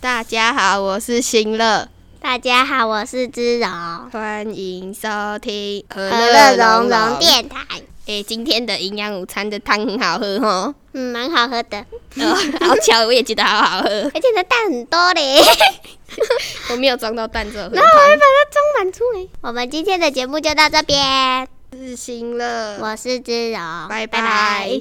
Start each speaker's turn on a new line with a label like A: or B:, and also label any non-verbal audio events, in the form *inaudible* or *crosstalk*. A: 大家好，我是新乐，
B: 大家好，我是知柔，
A: 欢迎收听和
B: 和乐融融。电台，
A: 哎、今天的营养午餐的汤很好喝 *laughs* 哦，
B: 嗯，蛮好 *laughs* 喝的，
A: 哦好巧，我也觉得好好喝。
B: 而且它蛋很多嘞，
A: 我没有装到蛋这喝
B: 然后我会
A: 汤。
B: 把它装满出来。 *laughs* 我们今天的节目就到这边，嗯
A: 我是新乐，
B: 我是知柔，
A: 拜拜。